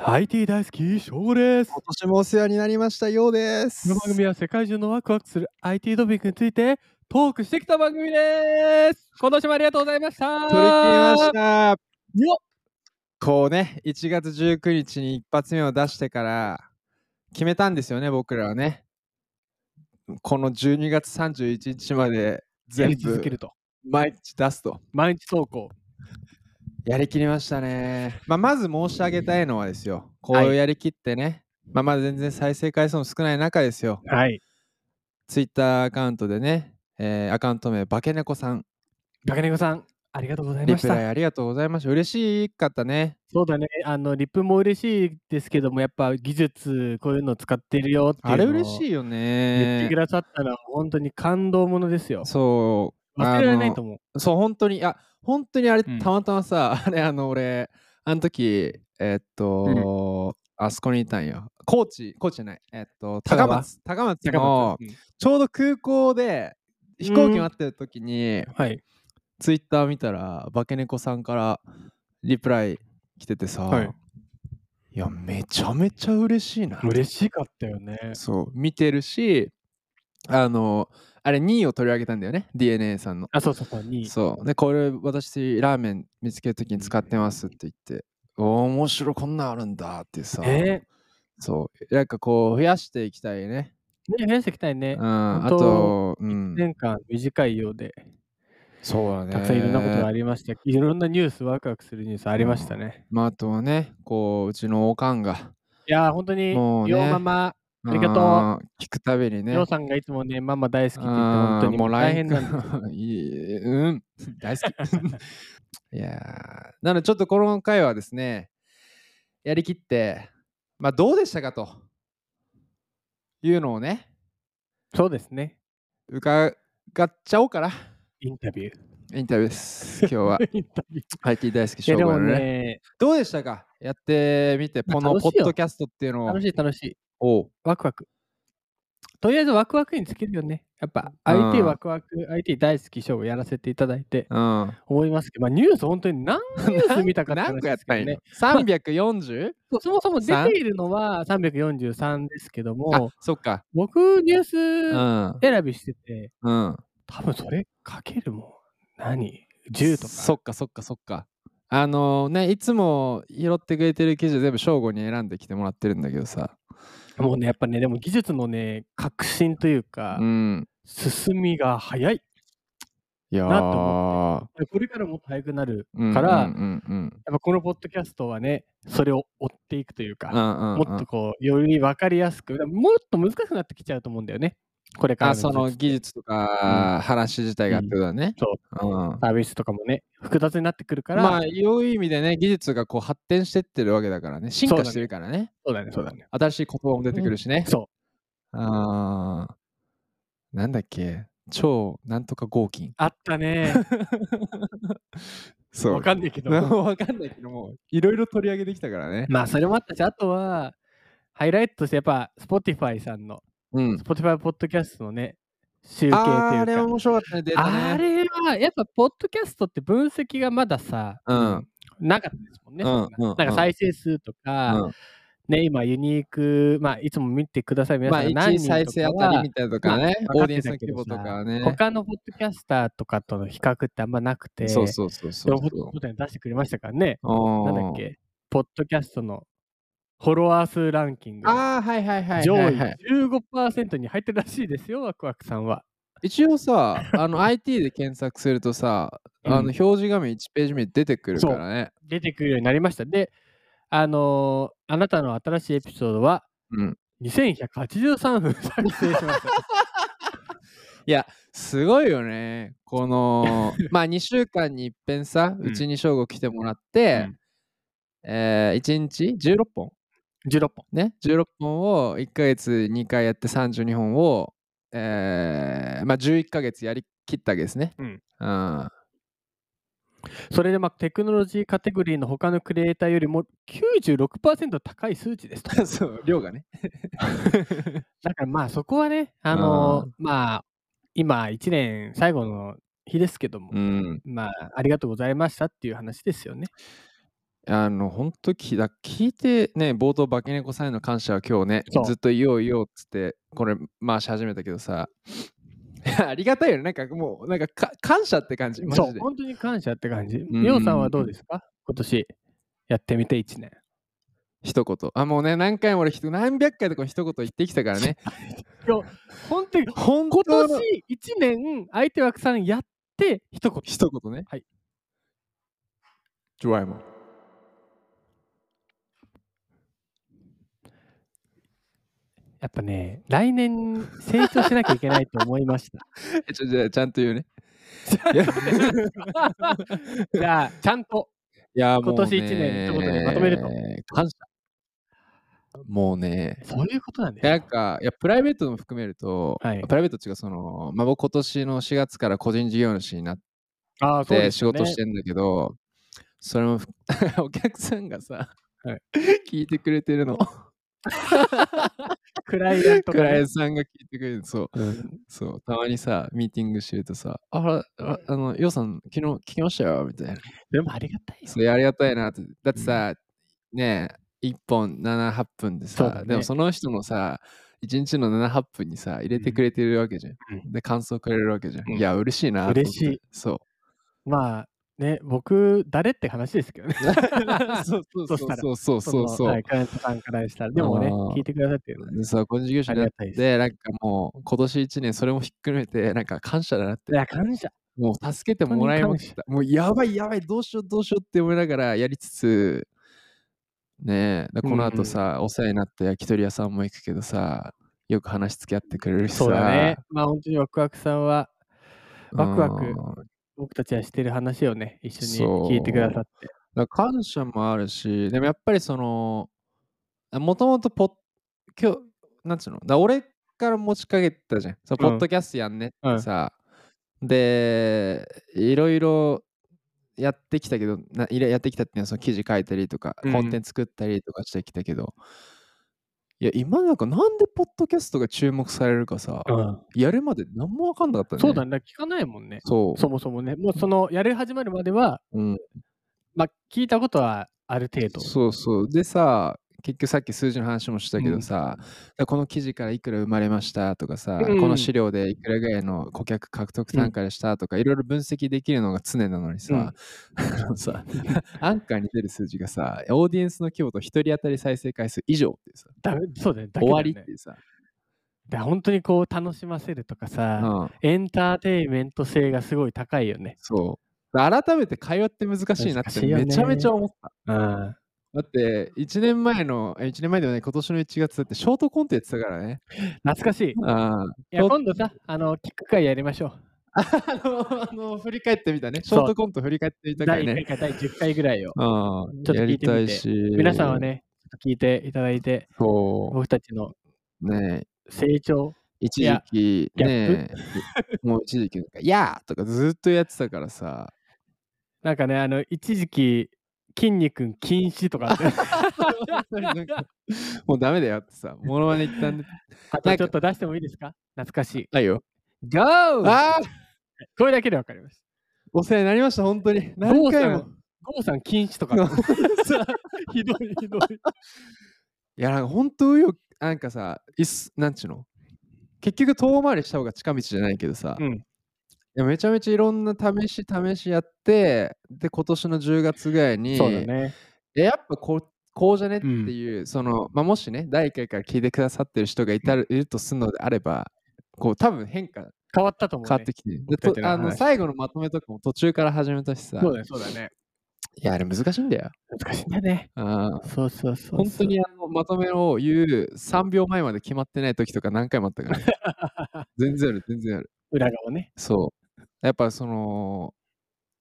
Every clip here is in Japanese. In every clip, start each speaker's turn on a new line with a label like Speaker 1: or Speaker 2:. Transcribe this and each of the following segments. Speaker 1: IT 大好き、翔です。
Speaker 2: 今年もお世話になりましたようです。
Speaker 1: この番組は世界中のワクワクする IT トピックについてトークしてきた番組です。今年もありがとうございました。
Speaker 2: 取り切りました。
Speaker 1: よっ
Speaker 2: こうね、1月19日に一発目を出してから決めたんですよね、僕らはね。この12月31日まで
Speaker 1: や
Speaker 2: 全
Speaker 1: り続
Speaker 2: 部
Speaker 1: けると。
Speaker 2: 毎日出すと。
Speaker 1: 毎日投稿。
Speaker 2: やりきりましたね。まあ、まず申し上げたいのはですよ、こうやりきってね、まあ、まだ全然再生回数の少ない中ですよ、
Speaker 1: はい。
Speaker 2: ツイッターアカウントでね、えーアカウント名、化け猫さん、
Speaker 1: バカネコさん、ありがとうござい
Speaker 2: リ
Speaker 1: まし
Speaker 2: プライ
Speaker 1: た。
Speaker 2: ありがとうございました。嬉しかったね。
Speaker 1: そうだね。あの、リップも嬉しいですけども、やっぱ技術、こういうの使ってるよっていうのを
Speaker 2: あれ嬉しいよ
Speaker 1: 言ってく
Speaker 2: ね。
Speaker 1: ださったのは本当に感動ものですよ。
Speaker 2: そ
Speaker 1: 忘れられないと思う。
Speaker 2: う、そう、本当に、あ、本当にあれ、
Speaker 1: うん
Speaker 2: たまたまさ、あれ、あの、俺、あの時、えーっと、あそこにいたんよ。高知、高知じゃない、えーっと、
Speaker 1: 香川
Speaker 2: 高松、高松
Speaker 1: 高
Speaker 2: の
Speaker 1: 松、
Speaker 2: ちょうど空港で、飛行機待ってる時に、
Speaker 1: うんはい。
Speaker 2: ツイッター見たら、化け猫さんからリプライ来ててさ、
Speaker 1: はい
Speaker 2: い、や、めちゃめちゃ嬉しいな。
Speaker 1: 嬉しかったよね。
Speaker 2: そう、見てるし、あの、あれ2位を取り上げたんだよね、DNA さんの。
Speaker 1: あ、そうそうそう、に
Speaker 2: そう。で、これ私、ラーメン見つけるときに使ってますって言って、おー面白いこんなんあるんだってさ、
Speaker 1: え
Speaker 2: そう。なんかこう、増やしていきたいね。
Speaker 1: ー、ね、増やしていきたいね
Speaker 2: うん。。あ
Speaker 1: 本当
Speaker 2: と、う
Speaker 1: 1。
Speaker 2: ん
Speaker 1: 年間短いようで、
Speaker 2: そうだね。
Speaker 1: たくさんいろんなことがありました。いろんなニュース、ワクワクするニュースありましたね。
Speaker 2: まあ、あとはね、こう、うちのおかんが、
Speaker 1: いやー、本当に、
Speaker 2: もうね
Speaker 1: ようママ、ありがとう
Speaker 2: あー聞くたびにね、
Speaker 1: ようさんがいつもね、ママ大好きって言って、
Speaker 2: あ
Speaker 1: 本当
Speaker 2: ー
Speaker 1: に
Speaker 2: もう
Speaker 1: 大変なんです。
Speaker 2: LINE か いいうん、大好き。 いやーなのでちょっとこの回はですね、やりきって、まあどうでしたかというのをね、
Speaker 1: そうですね。
Speaker 2: 伺っちゃおうかな。
Speaker 1: インタビュー。
Speaker 2: インタビューです。今日は
Speaker 1: インタビュー。
Speaker 2: IT 大好き
Speaker 1: いや、
Speaker 2: 将
Speaker 1: で
Speaker 2: 軍
Speaker 1: も
Speaker 2: のね
Speaker 1: ね、
Speaker 2: どうでしたかやってみて、
Speaker 1: まあ
Speaker 2: この
Speaker 1: 楽し
Speaker 2: ポ
Speaker 1: いよ
Speaker 2: ッドキャストっていうのを
Speaker 1: 楽。しい楽しい。
Speaker 2: おう
Speaker 1: ワクワク。とりあえずワクワクにつけるよね。やっぱ
Speaker 2: うん
Speaker 1: IT ワクワク、IT 大好き賞をやらせていただいて
Speaker 2: うん、
Speaker 1: 思いますけど、まあ、ニュース本当に何ニュース見たかって話
Speaker 2: 何個や
Speaker 1: で
Speaker 2: っ
Speaker 1: すけ
Speaker 2: た
Speaker 1: ど
Speaker 2: ん
Speaker 1: ね
Speaker 2: や。340?
Speaker 1: そうそもそも出ているのは343ですけど
Speaker 2: あ
Speaker 1: も、
Speaker 2: そっか。
Speaker 1: 僕ニュー
Speaker 2: う
Speaker 1: ス
Speaker 2: ん。
Speaker 1: 選びしてて、
Speaker 2: うん。
Speaker 1: 多分それかけるもん。何 ?10 とか。
Speaker 2: そっかそっかそっかあのねいつも拾ってくれてる記事を全部正吾に選んできてもらってるんだけどさ
Speaker 1: もうね、やっぱね、でも技術のね、革新というか、
Speaker 2: うん
Speaker 1: 進みが早い。
Speaker 2: いや
Speaker 1: な
Speaker 2: ー
Speaker 1: とこれからもっと早くなる。
Speaker 2: うん
Speaker 1: から
Speaker 2: うんうん
Speaker 1: やっぱこのポッドキャストはね、それを追っていくというか、
Speaker 2: うんうんうん
Speaker 1: もっとこう、より分かりやすく、だからもっと難しくなってきちゃうと思うんだよね。これから
Speaker 2: あ
Speaker 1: の
Speaker 2: その技術とか話自体がってことだね、
Speaker 1: そう
Speaker 2: うん
Speaker 1: サービスとかもね、複雑になってくるから、
Speaker 2: まあ良い意味でね技術がこう発展してってるわけだからね進
Speaker 1: そう
Speaker 2: 化
Speaker 1: だね
Speaker 2: してるからね
Speaker 1: そうだね、そうだね。
Speaker 2: 新しい言葉も出てくるしね、
Speaker 1: そ
Speaker 2: あーなんだっけ超なんとか合金
Speaker 1: う。あったね。
Speaker 2: そ
Speaker 1: わかんないけど。
Speaker 2: わかんないけどもいろいろ取り上げてきたからね
Speaker 1: まあ、それもあったし、あとは、ハイライトとしてやっぱ、Spotify さんの、
Speaker 2: うん、
Speaker 1: Spotify ポッドキャストのね、集計という
Speaker 2: あー
Speaker 1: か。
Speaker 2: あれは面白かったね、データね。
Speaker 1: あれは、やっぱ、ポッドキャストって分析がまださ、
Speaker 2: うん
Speaker 1: なかったですもんね。
Speaker 2: うん
Speaker 1: そんな
Speaker 2: うんうん
Speaker 1: なんか再生数とか、
Speaker 2: うん
Speaker 1: ね、今、ユニーク、まあ、いつも見てください、皆
Speaker 2: まあ、
Speaker 1: さん。
Speaker 2: 1
Speaker 1: 何
Speaker 2: 位
Speaker 1: 人
Speaker 2: 再
Speaker 1: と
Speaker 2: 生
Speaker 1: か
Speaker 2: あたり
Speaker 1: は
Speaker 2: みたいなとかね、
Speaker 1: まあ
Speaker 2: オ
Speaker 1: 分か
Speaker 2: ー
Speaker 1: っ
Speaker 2: ディ
Speaker 1: て
Speaker 2: エンスの
Speaker 1: たけ
Speaker 2: 規
Speaker 1: ど
Speaker 2: 模と
Speaker 1: さ
Speaker 2: かね。
Speaker 1: 他のポッドキャスターとかとの比較ってあんまなくて、
Speaker 2: そうそうそうそ
Speaker 1: でも
Speaker 2: う
Speaker 1: ポッドキャストに出してくれましたからね。
Speaker 2: そう。
Speaker 1: なんだっけ、ポッドキャストのフォロワー数ランキング、
Speaker 2: ああ、はいはいはい
Speaker 1: 上
Speaker 2: はい
Speaker 1: 位
Speaker 2: はい。
Speaker 1: 15%に入ってるらしいですよ、ワクワクさんは。
Speaker 2: 一応さ、あの IT で検索するとさ、あの
Speaker 1: うん
Speaker 2: 表示画面1ページ目に出てくるからね。
Speaker 1: 出てくるようになりました。で、あのーあなたの新しいエピソードは、
Speaker 2: うん
Speaker 1: 2183分再生しました。
Speaker 2: すごいよね。この、まあ2週間に一遍さ、
Speaker 1: うん
Speaker 2: うちに正吾来てもらって、
Speaker 1: うん
Speaker 2: えー1日16本
Speaker 1: 16本。
Speaker 2: ね、16本を1ヶ月2回やって32本を、えーまあ、11ヶ月やりきったわけですね。
Speaker 1: うん
Speaker 2: うん
Speaker 1: それで、まあ、テクノロジーカテゴリーの他のクリエイターよりも96%高い数値 ですと。
Speaker 2: そう量がね。
Speaker 1: だからまあそこはね、あのー
Speaker 2: う
Speaker 1: まあ今1年最後の日ですけども、
Speaker 2: うん、
Speaker 1: まあありがとうございましたっていう話ですよね。
Speaker 2: あの、本当きだ聞いてね、冒頭、化け猫さんへの感謝は今日ね
Speaker 1: そう、
Speaker 2: ずっと言おう言おうっつって、これ回し始めたけどさ、 いやありがたいよね、なんかもう、なんかか感謝って感じ、マジ
Speaker 1: そう、
Speaker 2: で。
Speaker 1: 本当に感謝って感じ。
Speaker 2: ん
Speaker 1: りょうさんはどうですか今年やってみて1年。
Speaker 2: 一言。あ、もうね、何回も俺、ひと何百回とこう一言言ってきたからね。
Speaker 1: 本当に
Speaker 2: 本
Speaker 1: 今
Speaker 2: 当の
Speaker 1: 年1年相手枠さんやって一言。
Speaker 2: 一言ね。
Speaker 1: はい。
Speaker 2: ドラえも ん。
Speaker 1: やっぱね、来年成長しなきゃいけないと思いました。
Speaker 2: えちょじゃあちゃんと言うね。
Speaker 1: じゃあ、ちゃんと。
Speaker 2: いや、もう、ね、
Speaker 1: 今年一年一言でまとめると。
Speaker 2: 感謝。もうね、
Speaker 1: そういうことなんだよ。
Speaker 2: なんか、いや、プライベートも含めると、
Speaker 1: はい
Speaker 2: プライベートっていうか、その、まあ、僕今年の4月から個人事業主になっ
Speaker 1: ああ、そう
Speaker 2: て
Speaker 1: です
Speaker 2: 仕
Speaker 1: よね
Speaker 2: 事してんだけど、それも ふ、お客さんがさ、
Speaker 1: はい
Speaker 2: 聞いてくれてるの。
Speaker 1: クライアント
Speaker 2: ク
Speaker 1: が
Speaker 2: ライア
Speaker 1: ね
Speaker 2: ントさんが聞いてくれるそう、
Speaker 1: うん
Speaker 2: そう、たまにさ、ミーティングしてるとさ、ああ、あの、ようさん、昨日聞きましたよ、みたいな。
Speaker 1: でもありがたいよ
Speaker 2: それありがたいなって。だってさ、ねえ、1本7、8分で
Speaker 1: そう
Speaker 2: さ、
Speaker 1: だね
Speaker 2: でもその人のさ、1日の7、8分にさ、入れてくれてるわけじゃん。
Speaker 1: う
Speaker 2: で、感想くれるわけじゃん。
Speaker 1: うん
Speaker 2: いや、嬉しいなと思って。
Speaker 1: 嬉しい。
Speaker 2: そう。
Speaker 1: まあ、ね、僕、誰って話です けどね。
Speaker 2: そうそ
Speaker 1: そうしたら
Speaker 2: そうそうそうそう
Speaker 1: そのはいクライアントさんからしたら。でもね
Speaker 2: あー、
Speaker 1: 聞いてくださってるのはね
Speaker 2: でさ、個人事業主になっ
Speaker 1: ありがたい
Speaker 2: て、なんかもう、今年1年それもひっくるめて、なんか感謝だなって
Speaker 1: い。や、感謝。
Speaker 2: もう助けてもらいました。もうやばいやばい、どうしようどうしようって思いながらやりつつ、ねえ、だこの後さ、お世話になった焼き鳥屋さんも行くけどさ、よく話付き合ってくれるしさ。
Speaker 1: そうだね。まあ、本当にワクワクさんは、
Speaker 2: うん。
Speaker 1: ワクワク僕たちはしてる話をね、一緒に聞いてくださって。
Speaker 2: だから感謝もあるし、でもやっぱりその、もともとポッ、今日、なんつうの、だ俺から持ちかけてたじゃん。その
Speaker 1: うん
Speaker 2: ポッドキャストやんね
Speaker 1: う
Speaker 2: っ
Speaker 1: ん
Speaker 2: てさ、で、いろいろやってきたけど、ないろやってきたっていうのはその記事書いたりとか、
Speaker 1: うん
Speaker 2: コンテンツ作ったりとかしてきたけど、いや、今なんかなんでポッドキャストが注目されるかさ、
Speaker 1: うん
Speaker 2: やるまで何も分かんなかったね。
Speaker 1: そうだね。だから聞かないもんね。
Speaker 2: そう。
Speaker 1: そもそもね。もうその、やり始まるまでは、
Speaker 2: うん
Speaker 1: まあ、聞いたことはある程度。
Speaker 2: そうそう。でさ、結局さっき数字の話もしたけどさ、だこの記事からいくら生まれましたとかさ、
Speaker 1: うん
Speaker 2: この資料でいくらぐらいの顧客獲得単価でしたとか、いろいろ分析できるのが常なのにさ、あのさ アンカーに出る数字がさ、オーディエンスの規模と1人当たり再生回数以上っていうさ、
Speaker 1: だそうだね。だけだ
Speaker 2: 終
Speaker 1: よ
Speaker 2: わりっ
Speaker 1: ね
Speaker 2: ていうさ、
Speaker 1: だ本当にこう楽しませるとか
Speaker 2: う
Speaker 1: さ、
Speaker 2: ん、
Speaker 1: エンターテインメント性がすごい高いよね。
Speaker 2: そう。改めて会話って難しいな
Speaker 1: 難
Speaker 2: って
Speaker 1: しいよね
Speaker 2: めちゃめちゃ思っ
Speaker 1: う
Speaker 2: た。
Speaker 1: ん。
Speaker 2: だって1年前の、1年前ではない、今年の1月だってショートコントやってたからね。
Speaker 1: 懐かしい。い
Speaker 2: ああ
Speaker 1: や、
Speaker 2: そう
Speaker 1: 今度さ、あの、聞く会やりましょ
Speaker 2: あの、あの振り返ってみたね。シ
Speaker 1: そう
Speaker 2: ョートコント振り返ってみ
Speaker 1: う。
Speaker 2: たから
Speaker 1: 第
Speaker 2: ね
Speaker 1: 1回。か第10回ぐらいを。
Speaker 2: うん
Speaker 1: ちょっと
Speaker 2: や
Speaker 1: 聞
Speaker 2: り
Speaker 1: いてみて
Speaker 2: たいし。
Speaker 1: 皆さんは、ね、聞いていただいて、
Speaker 2: そ
Speaker 1: 僕たちの
Speaker 2: う。ね
Speaker 1: 成長。
Speaker 2: 一時期、
Speaker 1: いや
Speaker 2: ねもう一時期、いやーとかずっとやってたか らさ。
Speaker 1: なんかね、あの、一時期、筋肉禁止とかあ って、
Speaker 2: なんかもうダメだよってさ。モノマネ一旦で。
Speaker 1: あとちょっと出してもいいですか懐かしい。
Speaker 2: はいよ。
Speaker 1: GO!
Speaker 2: ああ
Speaker 1: これだけでわかりました。
Speaker 2: お世話になりました、本当に。何回
Speaker 1: 郷
Speaker 2: も
Speaker 1: さ。ゴーさん禁止と か。ひどいひどい。
Speaker 2: いや、なんか本当よ、なんかさ、いっすなんちゅうの結局遠回りした方が近道じゃないけどさ、
Speaker 1: うん
Speaker 2: いやめちゃめちゃいろんな試し試しやって、で、今年の10月ぐらいに、
Speaker 1: そうだね。
Speaker 2: えやっぱこうこうじゃねって
Speaker 1: うん
Speaker 2: いう、その、まあ、もしね、第1回から聞いてくださってる人がいたるいるとするのであれば、こう多分変化
Speaker 1: 変わったと思う、ね。
Speaker 2: 変わってきて、で
Speaker 1: 僕たち
Speaker 2: と
Speaker 1: の
Speaker 2: あの
Speaker 1: 話
Speaker 2: 最後のまとめとかも途中から始めたしさ、
Speaker 1: そうだね、そうだね。
Speaker 2: いや、あれ難しいんだよ。
Speaker 1: 難しいんだね。
Speaker 2: あー
Speaker 1: そうそうそうそう。
Speaker 2: 本当にあのまとめを言う3秒前まで決まってない時とか何回もあっ たからね、全然ある全然ある
Speaker 1: 裏側ね。
Speaker 2: そうやっぱその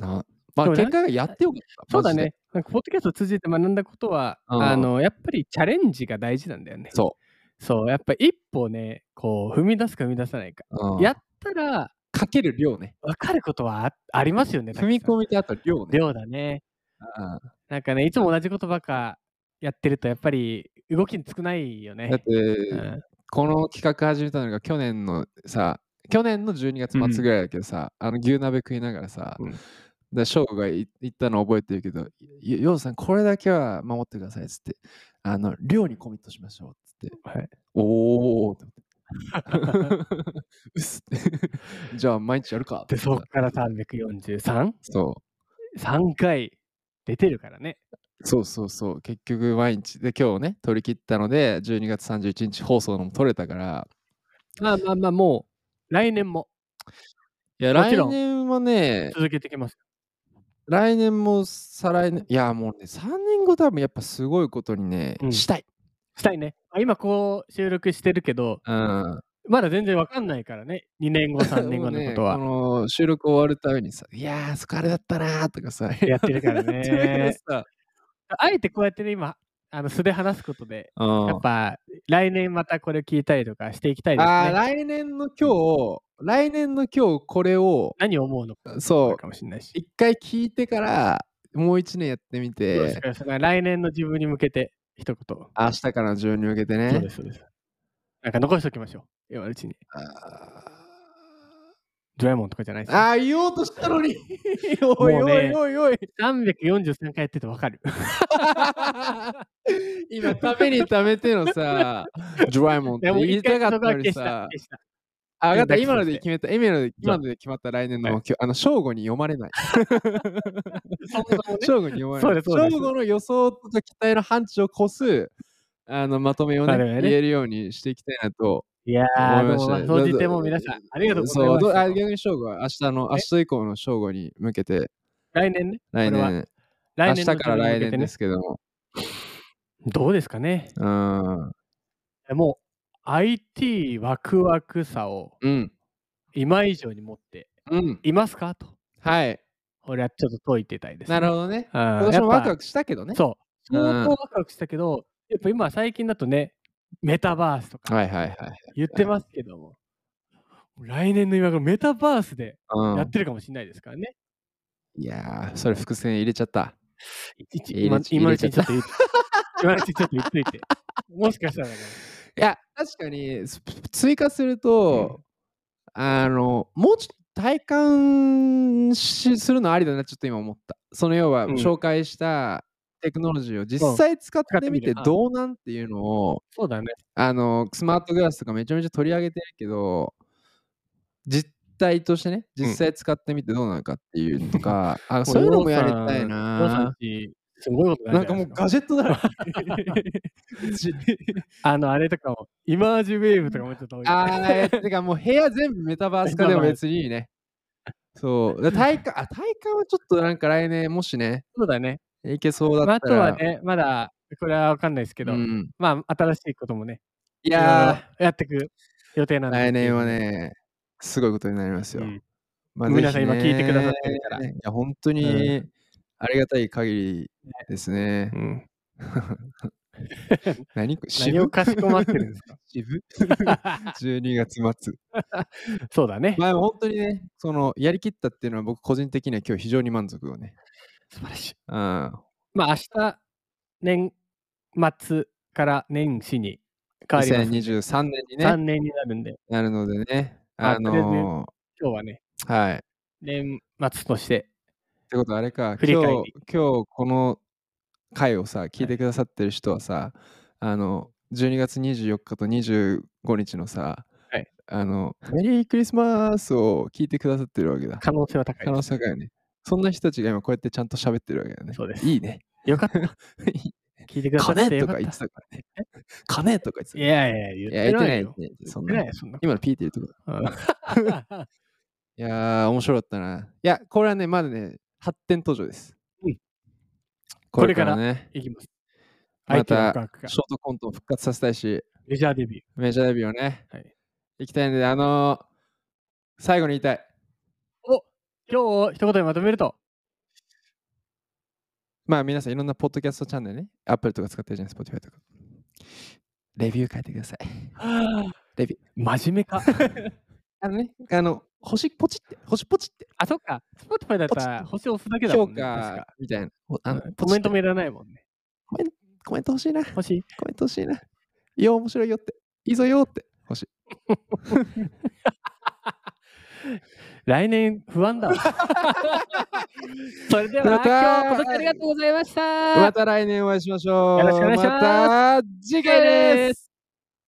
Speaker 2: なまあ
Speaker 1: でもなん
Speaker 2: 結果がやってよかった
Speaker 1: そうだ
Speaker 2: マジで
Speaker 1: ね。なんかポッドキャストを通じて学んだことは、
Speaker 2: うん
Speaker 1: あのやっぱりチャレンジが大事なんだよね。
Speaker 2: そ
Speaker 1: そう、やっぱ一歩ね、こう踏み出すか踏み出さないか。
Speaker 2: う、うん
Speaker 1: やったら
Speaker 2: かける量ね
Speaker 1: 分かることはあありますよね。
Speaker 2: 踏み
Speaker 1: み
Speaker 2: 込みとあと量ね
Speaker 1: 量だね。
Speaker 2: うん
Speaker 1: なんかね、いつも同じことばっかやってると、やっぱり動き少ないよね
Speaker 2: だっ。
Speaker 1: う
Speaker 2: て
Speaker 1: ん
Speaker 2: この企画始めたのが去年のさ去年の12月末ぐらいだけどさ、あの牛鍋食いながらさ、
Speaker 1: うん
Speaker 2: で、翔吾がい言ったのを覚えてるけど、よようさん、これだけは守ってくださいっつって、あの、量にコミットしましょうっつって、
Speaker 1: はい、
Speaker 2: おーって思って。 うっすって。 じゃあ、毎日やるかって
Speaker 1: で、そ
Speaker 2: 言っ
Speaker 1: っから 343?3
Speaker 2: たそう。
Speaker 1: 回出てるからね。
Speaker 2: そうそうそう結局毎日で今日ね取り切ったので12月31日放送のも取れたから
Speaker 1: まあまあまあ、もう、来年も
Speaker 2: いや
Speaker 1: もちろ
Speaker 2: 来
Speaker 1: ん
Speaker 2: 年もね
Speaker 1: 続けてきます。
Speaker 2: 来年も再来年いやもうね3年後多分やっぱすごいことにね、
Speaker 1: うん
Speaker 2: したい、
Speaker 1: したいね。あ今こう収録してるけど、
Speaker 2: うん、
Speaker 1: まだ全然わかんないからね。2年 後、3年後のことは。
Speaker 2: もうねこの収録終わるたびにさ「いやーそこあれだったな」とかさ
Speaker 1: やってるからね
Speaker 2: やってるからさ
Speaker 1: あえてこうやってね、今、あの素で話すことで、
Speaker 2: うん
Speaker 1: やっぱ来年またこれ聞いたりとかしていきたいです
Speaker 2: あー
Speaker 1: ね。
Speaker 2: 来年の今日来年の今日これを
Speaker 1: 何を思うのか
Speaker 2: そう
Speaker 1: かもしれないし。
Speaker 2: 一回聞いてからもう一年やってみ
Speaker 1: そうです
Speaker 2: て
Speaker 1: からそれは来年の自分に向けて一言。
Speaker 2: 明日からの順に向けてね
Speaker 1: そうです、そうです。なんか残しておきましょう。今のうちに。ドラえもんとかじゃないですよ。
Speaker 2: あー言おうとしたのにおい
Speaker 1: もう
Speaker 2: お
Speaker 1: ね
Speaker 2: いおい おい、
Speaker 1: 343回やっててわかる。
Speaker 2: 今ためにためての さドラえもんって
Speaker 1: でも
Speaker 2: 言い
Speaker 1: 一
Speaker 2: た
Speaker 1: 回
Speaker 2: かった
Speaker 1: そこは
Speaker 2: のに
Speaker 1: 消した
Speaker 2: さ。
Speaker 1: 消した
Speaker 2: あ分かっ
Speaker 1: 選
Speaker 2: た
Speaker 1: 択肢
Speaker 2: 今の
Speaker 1: と
Speaker 2: で
Speaker 1: して
Speaker 2: 決めた今ので今ので決まった来年の
Speaker 1: はい
Speaker 2: 目標あの正午に読まれない
Speaker 1: そもそもね
Speaker 2: 正午に読まれない
Speaker 1: そうですそうです
Speaker 2: 正午の予想と期待の範疇を超すあのまとめをね
Speaker 1: まとめをね
Speaker 2: 言えるようにしていきたいなと
Speaker 1: いや
Speaker 2: 思
Speaker 1: ー、ど
Speaker 2: いま
Speaker 1: う
Speaker 2: し
Speaker 1: も
Speaker 2: た
Speaker 1: ま
Speaker 2: ね
Speaker 1: あ、総じてもう皆さん、ありがとうござい
Speaker 2: そう
Speaker 1: ます。
Speaker 2: どうあ逆に正午は明日の明日以降の正午に向けて
Speaker 1: 来年ね。
Speaker 2: 来
Speaker 1: これは
Speaker 2: 年
Speaker 1: 来
Speaker 2: 明
Speaker 1: 年
Speaker 2: 日
Speaker 1: の
Speaker 2: か
Speaker 1: 自
Speaker 2: ら
Speaker 1: 分に向け
Speaker 2: 来
Speaker 1: て
Speaker 2: 年
Speaker 1: ね
Speaker 2: で。すけども
Speaker 1: どうですかね。
Speaker 2: うん
Speaker 1: もう、IT ワクワクさを
Speaker 2: うん。
Speaker 1: 今以上に持って
Speaker 2: うん。
Speaker 1: いますかと、
Speaker 2: はい。
Speaker 1: 俺はちょっと解いてたいです、
Speaker 2: なるほ
Speaker 1: ど。
Speaker 2: どね。
Speaker 1: 今
Speaker 2: 私もワクワクしたけどね。
Speaker 1: そう。
Speaker 2: うん
Speaker 1: 相当ワクワクしたけど、やっぱ今最近だとね、メタバースとか
Speaker 2: はいはいはい。
Speaker 1: 言ってますけども、来年の今頃メタバースで
Speaker 2: う
Speaker 1: やっ
Speaker 2: ん、
Speaker 1: てるかもしれないですからね。
Speaker 2: いやー、それ伏線入れちゃった。
Speaker 1: いちいち
Speaker 2: 入れ
Speaker 1: 今
Speaker 2: ち
Speaker 1: 今のうちに
Speaker 2: 入れ
Speaker 1: ち
Speaker 2: ち
Speaker 1: ょ
Speaker 2: ゃ
Speaker 1: っと言っ今のうちにちょっと言っといて。もしかしたらね、
Speaker 2: いや、確かに、す追加すると、あの、もうちょっと体感しするのありだな、ちょっと今思った。その要は、
Speaker 1: うん
Speaker 2: 紹介したテクノロジーを実際使ってみ
Speaker 1: 使って
Speaker 2: て
Speaker 1: みる
Speaker 2: どうなんっていうのを、
Speaker 1: そうだね。
Speaker 2: あの、スマートグラスとかめちゃめちゃ取り上げてるけど、実態としてね、実際使ってみてどうなのかっていうとか、 あそういうのもやりたい
Speaker 1: もう洋さん洋さん
Speaker 2: な。
Speaker 1: ちすごいこと
Speaker 2: なんかもうガ
Speaker 1: ジ
Speaker 2: ジェットだらけ。
Speaker 1: あの、あれとかも、イマージュウェーブとかもちょっと多い。
Speaker 2: あーえてかもう部屋全部メタバース化でも別にいいね。そう。だ体感、あ、体感はちょっとなんか来年、もしね、
Speaker 1: そうだね。
Speaker 2: いけそうだ
Speaker 1: まあ、あ
Speaker 2: っ
Speaker 1: と
Speaker 2: たら。
Speaker 1: はね、まだ、これはわかんないですけど、
Speaker 2: うん、
Speaker 1: まあ、新しいこともね、
Speaker 2: い
Speaker 1: いろい
Speaker 2: や
Speaker 1: ろやっていく予定な
Speaker 2: ー、
Speaker 1: んで。
Speaker 2: 来年は、ね、すごいことになります
Speaker 1: う
Speaker 2: よ。
Speaker 1: ん
Speaker 2: ま
Speaker 1: 皆さん
Speaker 2: ぜひね
Speaker 1: 今聞いてくださってるから
Speaker 2: いや、本当にありがたい限りですね。
Speaker 1: うん
Speaker 2: 何これ
Speaker 1: 何をかしこまってるんです か
Speaker 2: 渋 ?12 月末。
Speaker 1: そうだね。
Speaker 2: まあ本当にね、そのやりきったっていうのは僕個人的には今日非常に満足をね。
Speaker 1: 素晴らしい。
Speaker 2: うん。
Speaker 1: まあ、明日、年末から年始に変わります。
Speaker 2: 2023年に
Speaker 1: 3
Speaker 2: ね、
Speaker 1: 年になるんで、
Speaker 2: なるのでね。
Speaker 1: まあ
Speaker 2: あの
Speaker 1: 今日はね、
Speaker 2: ーはい。っ
Speaker 1: 年末として、
Speaker 2: てことはあれか、
Speaker 1: 振り
Speaker 2: 今
Speaker 1: 返り
Speaker 2: 日、今日この回をさ、聞いてくださってる人はさ、あの、12月24日と25日のさ、
Speaker 1: はい
Speaker 2: あの、メリークリスマスを聞いてくださってるわけだ。
Speaker 1: 可能性は高い
Speaker 2: 可
Speaker 1: で
Speaker 2: 能
Speaker 1: す。
Speaker 2: 性があるね。そんな人たちが今こうやってちゃんと喋ってるわけだね。
Speaker 1: そうです
Speaker 2: いいね。
Speaker 1: よかった。聞いてくださってよ
Speaker 2: 金と
Speaker 1: かった。
Speaker 2: か言ってたからね。金とか言ってた
Speaker 1: い
Speaker 2: から。
Speaker 1: やいや、言ってないよ。
Speaker 2: 言ってない。そん
Speaker 1: 言って
Speaker 2: な
Speaker 1: ないよ、そんなこ
Speaker 2: 今のピーって言うとこ。
Speaker 1: と。
Speaker 2: いやー、面白かったな。いや、これはね、まだね、発展途上です。
Speaker 1: うん
Speaker 2: これからね、
Speaker 1: いきます。
Speaker 2: ま
Speaker 1: IT
Speaker 2: た
Speaker 1: ワクワクが
Speaker 2: ショートコントを復活させたいし、
Speaker 1: メジャーデビュー。
Speaker 2: メジャーデビューをね、
Speaker 1: はい
Speaker 2: 行きたいので、あのー、最後に言いたい。
Speaker 1: 今日を一言でまとめると、
Speaker 2: まあ、皆さんいろんなポッドキャストチャンネルね、アップルとか使ってるじゃないですか、Spotify とか。レビュー書いてください。レビュー。
Speaker 1: 真面目か。
Speaker 2: あのね、あの、星ポチって、星ポチって、
Speaker 1: あ、そっか。Spotify だったら星を押すだけだも
Speaker 2: 評
Speaker 1: んね。確
Speaker 2: 価
Speaker 1: か
Speaker 2: みたいな。おあの
Speaker 1: うんコ
Speaker 2: ポチ
Speaker 1: メ
Speaker 2: っ
Speaker 1: ント
Speaker 2: て
Speaker 1: もいらないもんね。
Speaker 2: コメント欲しいな。
Speaker 1: 星。
Speaker 2: コメント欲しいな。いや、面白いよって。いいぞよって。欲しい。
Speaker 1: 来年不安だわ。 それでは、
Speaker 2: ま
Speaker 1: 今
Speaker 2: た
Speaker 1: 日今年ありがとうございました。
Speaker 2: また来年お会いしましょう。
Speaker 1: よろしくお願いします
Speaker 2: また次回です。